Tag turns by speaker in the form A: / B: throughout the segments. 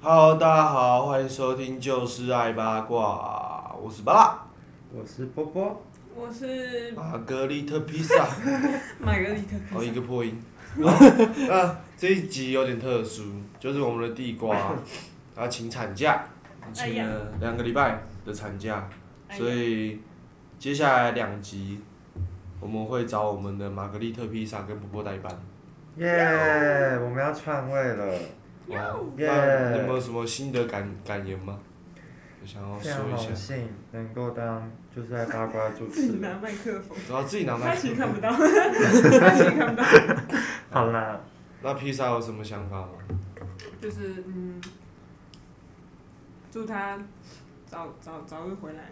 A: Hello，大家好，欢迎收听《就是爱八卦》，我是巴拉
B: 我是波波，
C: 我是
A: 玛格丽特披 萨，
C: 玛格丽特
A: 哦，一个破 音。那这一集有点特殊，就是我们的地 瓜，他请产假，
C: 哎
A: 请
C: 呀
A: 了两个礼拜的产假，
C: 哎呀
A: 所以接下来两集我们会找我们的玛格丽特披萨跟波波代班。
B: 耶、我们要篡位了，
A: 哦，
B: 耶
A: 那你有没有什么新的感感言吗？我想要
B: 非常
A: 说一下
B: 荣，幸能够当就是在八卦主
C: 自己
B: 持人。
C: 拿麦克风，
A: 然后啊自己拿
C: 他
A: 麦克
C: 其实
A: 风
C: 看。不 到，他其实看不到，
B: 好啦，
A: 那披萨有什么想法吗？
C: 就是嗯，祝他早早早日回来，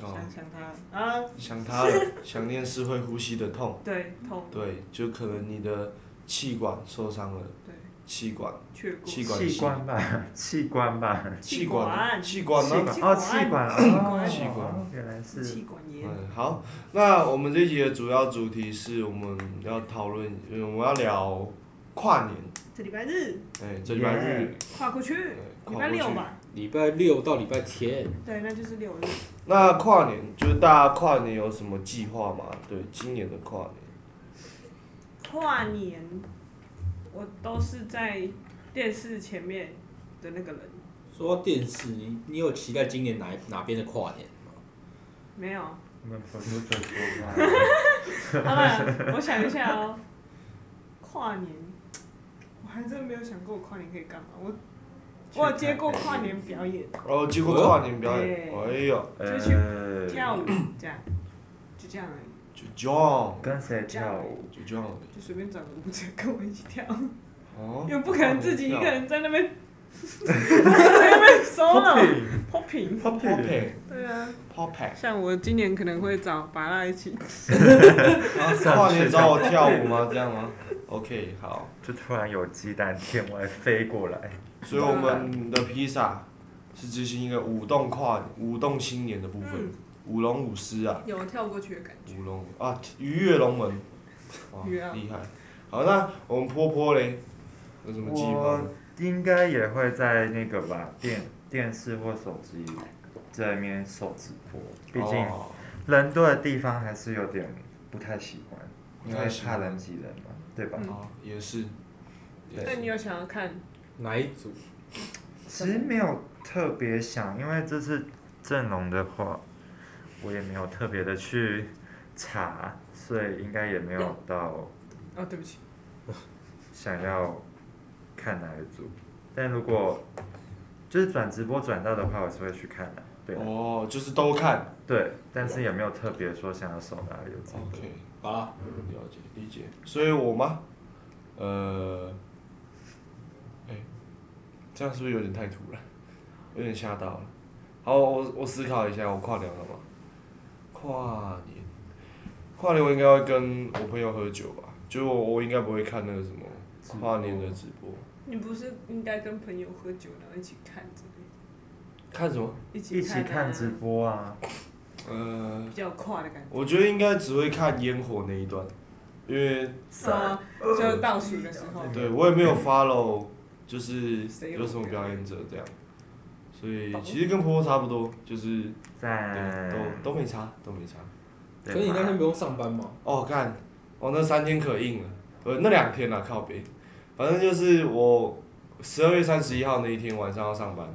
A: 哦，
C: 想想他啊，
A: 想他了，想念是会呼吸的痛，
C: 对，痛，
A: 对，就可能你的气管受伤了，
C: 对，
A: 气管，
C: 确过，
A: 气管
B: 器官吧，器 官吧，
A: 气
C: 气
A: 管，
C: 管
A: 气
B: 器
A: 管吗？
B: 哦，器官哦，
A: 器官
B: 原来是
C: 气管炎，
A: 嗯，好，那我们这一集的主要主题是我们要讨论，嗯，我们要聊跨年，
C: 这礼拜日
A: 哎，这礼拜日，
C: 跨过去，
A: 对
C: 礼
A: 跨
C: 拜
A: 过
C: 六
A: 去。
C: 吧，
D: 礼拜六到礼拜天，
C: 对，那就是六日，
A: 那跨年就是大家跨年有什么计划吗？对，今年的跨年，
C: 跨年，我都是在电视前面的那个人，
D: 说到电视，你你有期待今年哪哪边的跨年吗？
C: 没有。
B: 我们不是准说 话，
C: 好了，我想一下哦。跨年，我还真没有想过我跨年可以干嘛。我我有接过跨年表演，
A: 然后经过哦跨年表演，
C: 哎
A: 哎呦，
C: 就去跳舞这样，就这样而已，
A: 就 John，
B: 跟谁跳舞？
A: 就 John，
C: 就随便找个舞者跟我一起跳，
A: 哦，
C: 因为不可能自己一个
A: 人。
C: 人在那边在那边 solo popping。
A: Pop
B: Pop
A: Pop
C: 对啊，
A: Pop Pop，
C: 像我今年可能会找巴拉一起，
A: 跨年找我跳舞吗？这样吗？OK，好，
B: 就突然有鸡蛋天外飞过来，
A: 所以我们的披萨是执行一个舞动跨舞动新年的部
C: 嗯
A: 分，舞龙舞狮啊，
C: 有跳过去的感觉。
A: 舞龙啊，鱼跃龙门，哇，
C: 鱼啊
A: 厉害。好，那我们波波嘞，有什么计划吗？
B: 应该也会在那个吧电电视或手机这面手直播，毕竟
A: 哦
B: 人多的地方还是有点不太喜欢，
A: 不
B: 因
A: 太
B: 为
A: 喜
B: 怕
A: 欢
B: 人挤人嘛，对吧？
A: 哦也是，也
C: 那
A: 是
C: 你有想要看？
D: 哪一组？
B: 其实没有特别想，因为这次阵容的话，我也没有特别的去查，所以应该也没有到
C: 哦，对不起，
B: 想要看哪一组。但如果就是转直播转到的话，我是会去看的、对、
A: 哦，就是都看
B: 对，但是也没有特别说想要守哪里有这个。
A: ，OK，
D: 好啦，
A: 了解理解。所以我吗？呃，哎、这样是不是有点太突然？有点吓到了。好，我我思考一下，我跨年了吗？跨年，跨年我应该会跟我朋友喝酒吧，就我我应该不会看那个什么跨年的直播，
C: 你不是应该跟朋友喝酒，然后一起看之类的？
A: 看什么？
C: 一
B: 一
C: 起
B: 起看
C: 看
B: 直
C: 啊，
B: 播啊，
A: 呃
C: 比，较跨的感觉。哦
A: 我觉得应该只会看烟火那一段，因为
C: 啊，就倒数的时候，
A: 对我也没有 follow，就是
C: 谁有
A: 有什么表演者这样，所以其实跟婆婆差不多，就是
B: 在
A: 对都都没差，都没差。
D: 可是你那
B: 对吧
D: 天不用上班吗？
A: 哦，干，哦那三天可硬了，呃那两天啦靠北，反正就是我十二月三十一号那一天晚上要上班，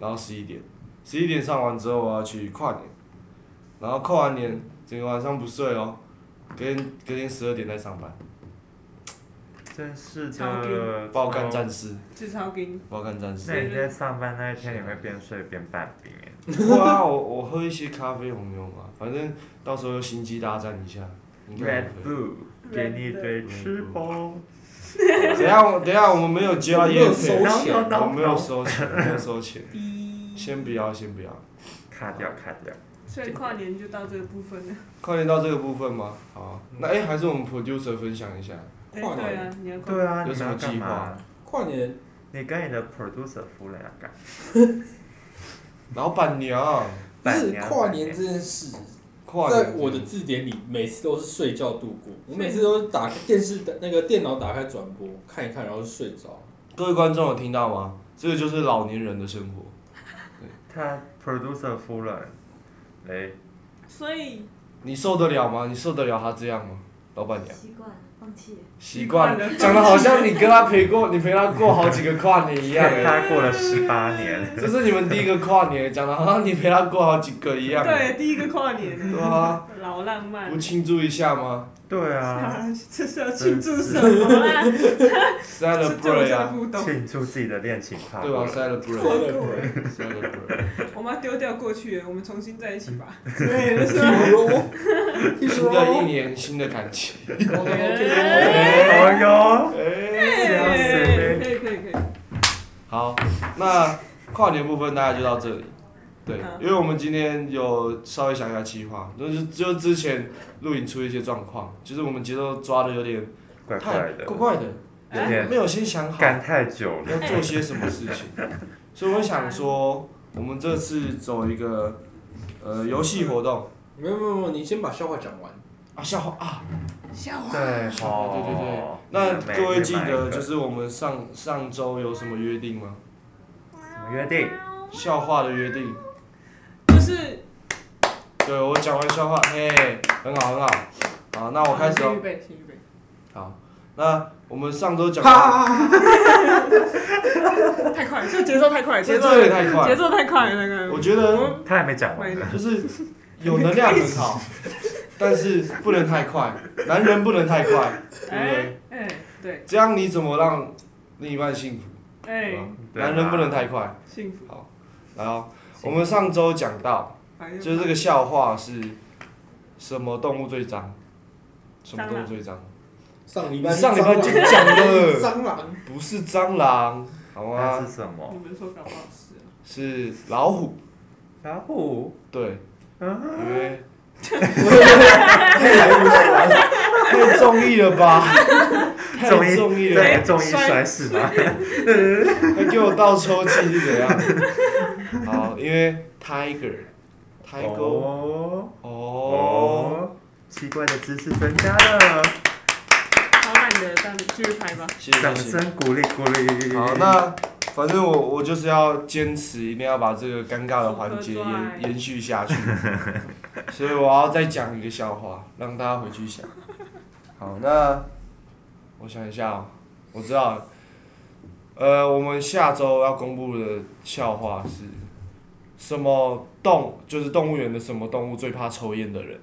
A: 然后十一点，十一点上完之后我要去跨年，然后跨完年整个晚上不睡哦，隔天隔天十二点再上班，
B: 真是
C: 超
B: 的
A: 爆肝战士，
C: 至少给你
A: 爆肝战士。
B: 那你在上班那一天，你会边睡边拌冰哎？
A: 不啊，我我喝一些咖啡红牛嘛，反正到时候星际大战一下，应该
B: Red
A: 不
B: Bull，给你一堆
A: Bull
B: 吃播。
A: 会。等一下我等一下我们没有接到夜
D: 没
A: 配
D: 有，
B: No, no,
A: 我
B: no,
A: 没有
B: no
A: 收钱，没有收钱，
C: 逼。
A: 先不要先不要，
B: 卡掉卡掉，
C: 所以跨年就到这个部分了。
A: 快点到这个部分吗？好啊，那哎、还是我们 producer 分享一下，
C: 哎，
D: 跨年
C: 对啊，你要跨
B: 对啊，
A: 有
B: 你
A: 什么
B: 要干
A: 计划
B: 嘛？
D: 跨年
B: 你跟你的 producer 夫人要干嘛？
A: 老板娘
D: 不
B: 百
D: 是
B: 年
D: 跨年这件事，
A: 跨年
D: 在我的字典里每次都是睡觉度过。我每次都 是打开电视的那个电脑打开转播看一看，然后就睡着。
A: 各位观众有听到吗？这个就是老年人的生活。
B: 他 producer 夫人，哎，
C: 所以
A: 你受得了吗？你受得了他这样吗？老板娘，
E: 习惯了，放弃了。
A: 习惯
C: 习惯
A: 了，
C: 了
A: 讲的好像你跟他陪过，你陪他过好几个跨年一样
B: 看
A: 哎。
B: 他过了十八年，
A: 这是你们第一个跨年，讲的好像你陪他过好几个一样。，
C: 对第一个跨年，
A: 对啊，
C: 老浪漫
A: 不。庆祝一下吗
B: 对啊，
C: 啊 这是要庆祝什么啦？这这我真
A: ？Celebrate
C: 的
A: 啊，
C: 不懂。
B: 庆祝自己的恋情趴，
A: 对吧？Celebrate，Celebrate。啊
C: 我们要丢掉过去了，我们重新在一起 吧。对，就是
A: 哦
D: 哦
A: 新的一年，新的感情。
B: 哎呦，
A: 啊
C: 哎可以可以可以。
A: 好，那跨年部分大概就到这里。对
C: 好，
A: 因为我们今天有稍微想一下计划，就是就之前录影出一些状况，就是我们节奏抓的有点
B: 怪
A: 太
B: 怪的
A: 怪，怪的，
B: 有点
A: 没有先想好
B: 干太久了，
A: 要做些什么事情，所以我想说，我们这次走一个呃游戏活动
D: 没有没有没有，你先把笑话讲完。
A: 啊，笑话啊，
B: 对
A: 哦
B: 哦，
A: 那各位记得就是是我们上上周有什么约定吗？
B: 什么约定？
A: 笑话的约定。
C: 就是
A: 对我讲完笑话，嘿，很好很好。好，那我开始
C: 先
A: 哦
C: 预。备，先预备。
A: 好，那我们上周讲，
C: 太快，了，这节奏太快，
A: 这
C: 节奏
A: 这也太快
C: 节
A: 了，
C: 奏嗯太快了，那个。
A: 我觉得
B: 他还没讲完呢，
A: 就是有能量很 好，但是不能太快，男人不能太快，对不对？
C: 哎哎对
A: 这样你怎么让另一半幸福？对吧
C: 哎，
B: 对啊
A: 男人不能太快。
C: 幸福，
A: 然后我们上周讲到，
C: 反
A: 就是这个笑话是什么动物最脏？什么动物最脏？
D: 上礼
A: 你
D: 拜
A: 上礼拜就讲了，
D: 蟑螂，
A: 不是蟑螂，好吗
B: 那？是什么？
C: 你们说搞不好吃啊，
A: 是老虎，
B: 老虎，
A: 对，
B: 嗯，
A: 因为太中意了吧，太
B: 综艺
A: 中意了
B: 对
A: 吧，
B: 综艺摔死 吗？
A: 还给我倒抽筋是怎样？好，因为 tiger tiger
B: 哦
A: 哦，
B: 哦，奇怪的知识增加了，
C: 好把你的蛋继续拍吧。
A: 谢谢
B: 掌
A: 谢
B: 声鼓励鼓励。
A: 谢。好，那反正我我就是要坚持，一定要把这个尴尬的环节
C: 符合抓
A: 延
C: 欸
A: 延续下去，所以我要再讲一个笑话，让大家回去想。好，那我想一下、哦，我知道了，呃，我们下周要公布的笑话是，什么动就是动物园的什么动物最怕抽烟的人？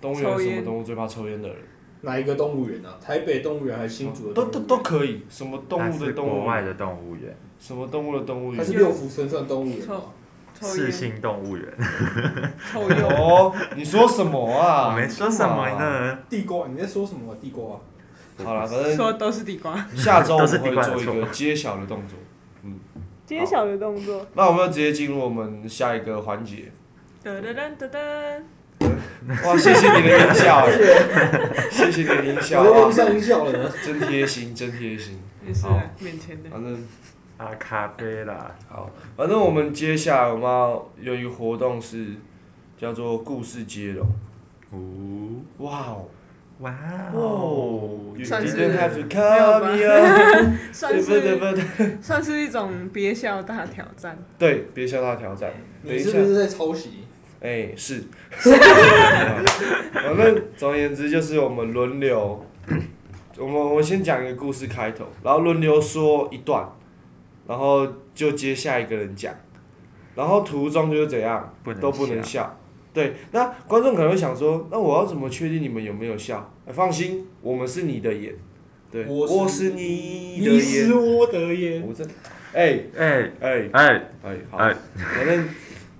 A: 动物园
C: 抽
A: 什
C: 烟
A: 么动物最怕抽烟的人？
D: 哪一个动物园啊？台北动物园还是新竹的
A: 都
D: 动物
A: 都都
D: 园
A: 可以，什么动
B: 它
A: 物
B: 是
A: 的动
B: 国
A: 物
B: 外
A: 园？
B: 的动物园，
A: 什么动物的动物
D: 它
A: 园
D: 是？六福村算动物园吗？
C: 抽
B: 四
C: 烟，
B: 星动物园。
C: 抽烟，
A: 哦，你说什么
B: 我
A: 啊？
B: 没说什么呢，
D: 地瓜，你在说什么、啊？地瓜、
A: 好了，反正
C: 说都是地瓜。
A: 下周我
B: 都
A: 们
B: 是地瓜
A: 会
B: 的
A: 做一
B: 错
A: 个揭晓的动作。
C: 揭晓的动作，
A: 那我们要直接进入我们下一个环节。
C: 噔噔噔噔噔，
A: 哇，谢谢你的音效，欸 谢谢你的音效
D: 我都
A: 啊
D: 用，上音效了呢。
A: 真贴心，真贴心。
C: 也是
A: 好
C: 免钱的。
A: 反正
B: 啊咖啡啦，
A: 好，反正我们接下来我们要有一个活动是叫做故事接龙。
B: 哦，
A: 哇哦，
B: 哇哦，
A: 哦，You
C: 算是
A: didn't have to come here，
C: 算
A: 对不对？
C: 是
A: 对
C: 算是一种憋笑大挑战，
A: 对，别笑他挑战。等
D: 你
A: 一
D: 是
A: 下
D: 不。是在抄袭？
A: 哎、是。 反正总而言之，就是我们轮流，我们我们先讲一个故事开头，然后轮流说一段，然后就接下一个人讲，然后途中就是怎样
B: 不能
A: 都不能
B: 笑
A: 笑。对，那观众可能会想说，那我要怎么确定你们有没有笑？哎放心，我们是你的眼，对，
D: 我是
A: 我是你的
D: 你
A: 眼
D: 是，我的眼。
A: 我这，哎
B: 哎
A: 哎
B: 哎，
A: 哎，好，
B: 哎
A: 反正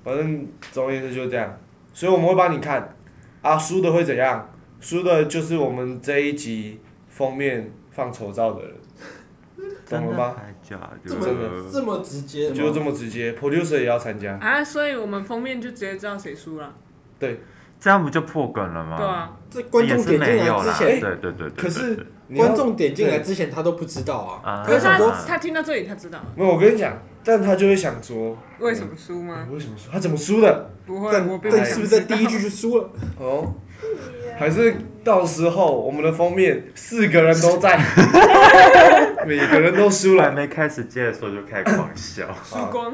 A: 反正总而言之就是这样，所以我们会帮你看，啊，输的会怎样？输的就是我们这一集封面放丑照的人，懂
B: 真
A: 了
B: 的
A: 吗？
B: 还假
D: 这
B: 的
D: 么？这么直接的吗？
A: 就这么直接，producer 也要参加，
C: 啊，所以我们封面就直接知道谁输了，
B: 这样不就破梗了吗？
C: 对啊，
D: 这观
B: 也
D: 众
B: 是
D: 点进
B: 没有
D: 来
B: 啦，哎
D: 之
B: 对
D: 前，哎
B: 对对对。对
A: 可是你要
D: 观众点进来之前他都不知道啊
B: 啊。
D: 他
C: 可是
D: 想
C: 他
D: 说，
C: 他听到这里他知道了
A: 没有，我跟你讲，但他就会想说，
C: 为什么输吗？
D: 嗯
A: 哎为什么输？他怎么输的？
C: 不会，啊
D: 但
C: 我并不
D: 但
C: 想
D: 是不是
C: 知
D: 在
C: 道
D: 第一句就输了？
A: 哦， 还是到时候我们的封面四个人都 在，每个人都输
B: 出来
A: 了，
B: 没开始接的时候就开始狂笑。
C: 输光，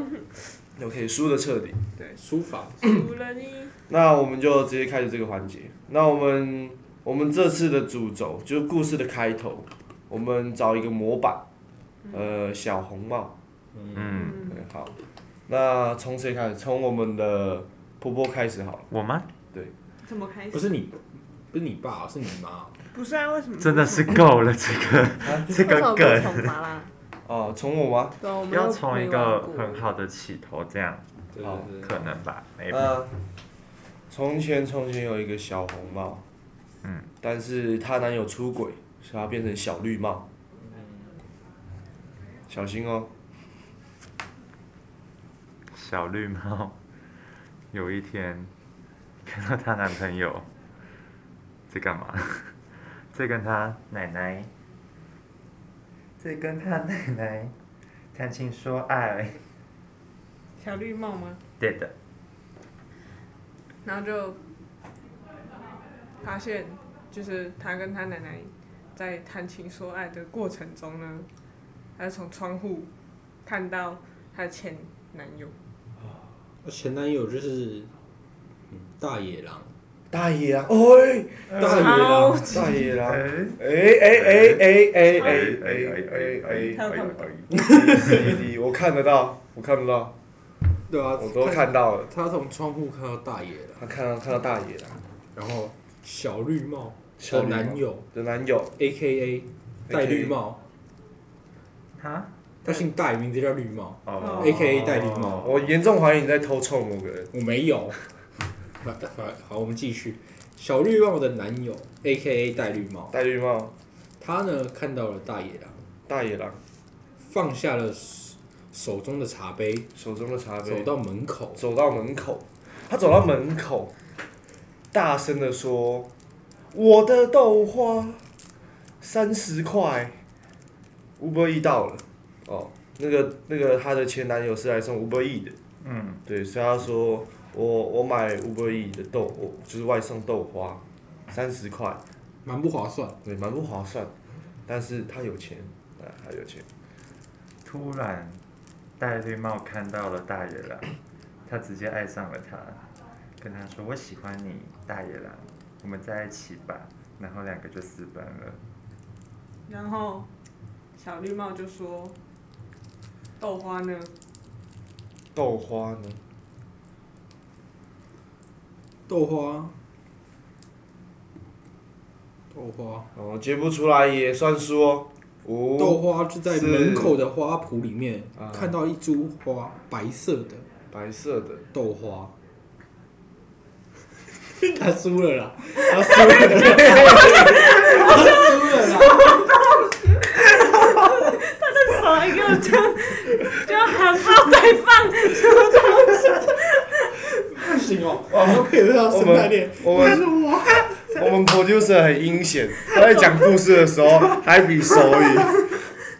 A: 有可以输的彻底。
D: 书哎法
A: 嗯
C: 输了你。
A: 那我们就直接开始这个环节。那我们我们这次的主轴就是故事的开头，我们找一个模板，呃，小红帽，
B: 嗯，
A: 嗯，好。那从谁开始？从我们的婆婆开始好了。
B: 我吗？
C: 怎么开
D: 不
C: 始？
D: 是你，不是你爸，是你妈。
C: 不是啊，为什么？
B: 真的是够了，这个
C: 啊
E: 为
B: 这
E: 什
B: 个
E: 么不
B: 梗
E: 从麻辣？
A: 哦，从我吗？
E: 对啊，我们
B: 要
E: 又
B: 从
E: 没
B: 一个
E: 玩过
B: 很好的起头，这样
D: 对
A: 好
D: 对对，
B: 可能吧
A: 嗯、
B: ？maybe
A: 从前从前有一个小红帽，嗯，但是她男友出轨，所以她变成小绿帽。小心哦。
B: 小绿帽有一天看到她男朋友在干嘛？在跟她奶奶，在跟她奶奶谈情说爱。
C: 小绿帽吗？
B: 对的，
C: 然后就发现，就是他跟他奶奶在谈情说爱的过程中呢，他从窗户看到他的前男友，
D: 我前男友就是嗯大野狼，
A: 大野狼，哦、哎大野
C: 超
A: 狼，大野狼，哎哎哎哎哎哎哎哎哎
C: 他有看不到
A: 哎！我看得到，我看不到，
D: 对啊，
A: 我都看到了。
D: 他从窗户看到大野狼，
A: 他看到看到大野狼
D: 然后小绿帽
A: 小
D: 的
A: 绿帽
D: 男友
A: 的男友，
D: ，A K A 戴绿帽，
B: 哈
D: 他姓戴，名字叫绿帽
C: 哦
D: ，A K A 戴绿帽。
A: 我严重怀疑你在偷臭某个人。
D: 我没有，好好好，我们继续。小绿帽的男友，A K A 戴绿帽，
A: 戴绿帽，
D: 他呢看到了大野狼，
A: 大野狼，
D: 放下了手手中的茶杯，
A: 手中的茶
D: 走
A: 杯，
D: 到门口，
A: 走到门口，他走到门口，大声的说：“我的豆花三十块。”吴伯义到了，哦，那个那个她的前男友是来送吴伯义的，
B: 嗯，
A: 对，所以他说我我买吴伯义的豆，我就是外送豆花，三十块，
D: 蛮不划算。
A: 对，蛮不划算，但是他有钱，啊，他有钱，
B: 突然戴绿帽看到了大野狼，他直接爱上了他，跟他说：“我喜欢你，大野狼，我们在一起吧。”然后两个就私奔了。
C: 然后小绿帽就说：“豆花呢？
A: 豆花呢？
D: 豆花，豆花，
A: 哦，接不出来也算输哦，五、
D: 豆花就在
A: 是
D: 门口的花圃里面
A: 啊
D: 看到一株花，白色的
A: 白色的。
D: 豆花。 他输了啦，他输了啦，他输了啦，
C: 手一个就就喊到对方，
D: 不行哦，我们要配合上
A: 我
D: 生态
A: 们
D: 链。
A: 我们我们 producer 很阴险，他在讲故事的时候还比手语，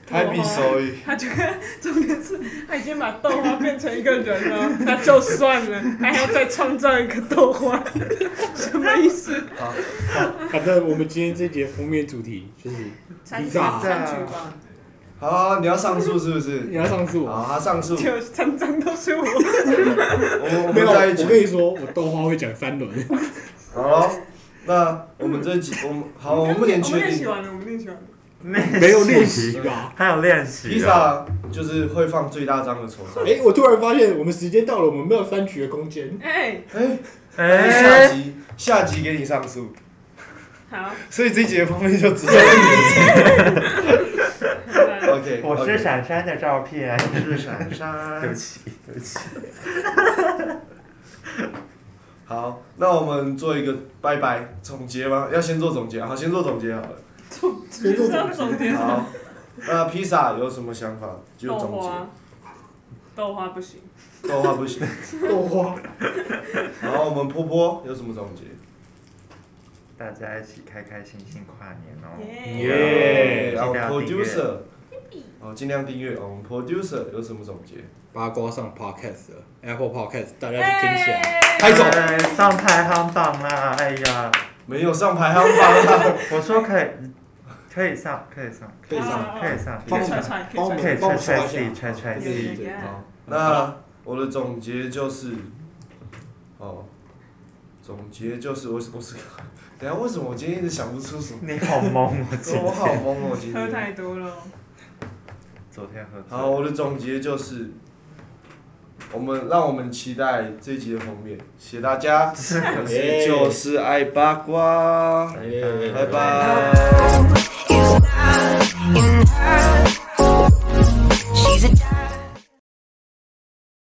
A: 还比手语。
C: 他就跟重点是他已经把豆花变成一个人了，那就算了，还要再创造一个豆花，什么意思？
D: 反正我们今天这节封面主题就是
C: 三局
D: 炸
C: 三局吧，
A: 好，你要上诉是不是
D: 你？要上诉
A: 好，
D: 我，
A: 他上诉，
C: 就三张都是我。
A: 我们我
D: 没
A: 们
D: 有，
A: 在一
D: 我
A: 起。
D: 跟你说，我豆花会讲三轮。
A: 好，那我们这一集，我们好，我们目前
C: 我们
A: 确
C: 练习
A: 定
C: 完了，我们练习完了。
D: 没
B: 没
D: 有 练习吧？
B: 还有练习、啊
A: 披萨就是会放最大张的丑照。
D: 哎、我突然发现我们时间到了，我们没有三局的空 间。
C: 哎，
A: 哎，
B: 哎、
A: 下集下集给你上诉，
C: 好，
A: 所以这一集的封面就只有你。
C: 拜拜
A: OK，
B: 我是闪闪的照片，
A: 是闪闪
B: 对不起，对不起。
A: 好，那我们做一个拜拜总结吗？要先做总结，好，先做总结好了。
C: 这是总结。
A: 好， 那披萨有什么想法？就
C: 豆
A: 总
C: 花，豆花不行，
A: 结，豆花不行。
D: 豆花，
A: 然后我们波波有什么总结？
B: 大家一起开开心心跨年哦！
C: 耶，
A: 耶
B: 耶
A: 然后
B: 尽量订阅
A: producer，哦，尽量订阅哦。我们 producer 有什么总结？
D: 八卦上 podcast 了，Apple podcast，大家去听起来。
C: 哎
D: 拍手
B: 哎上排行榜啦！哎呀，
A: 没有上排行榜啊。
B: 我说可以，可以上，可以上，
D: 可以上
B: 可以上，
C: 可
D: 帮
C: 以
D: 我
C: 踹
D: 们
C: 踹，可
D: 帮我
C: 以
D: 们
B: 可
C: 踹
B: 以
C: 踹。
D: 帮我
B: try
D: 刷
B: try
D: 一下
B: see try try
D: 对
C: 对
B: see
C: 对。对
A: 好，那我的总结就是，哦，总结就是我我是，等一下为什么我今天一直想不出什 么？
B: 你好懵哦，今
A: 我好
B: 天。
A: 懵哦，今
C: 喝
A: 天。
C: 太多了，
B: 昨天喝醉。
A: 好，我的总结就是，我们让我们期待这一集的封面，谢谢大家。我是就是爱八卦，
D: 耶
A: 哎拜拜。
E: You know, you know.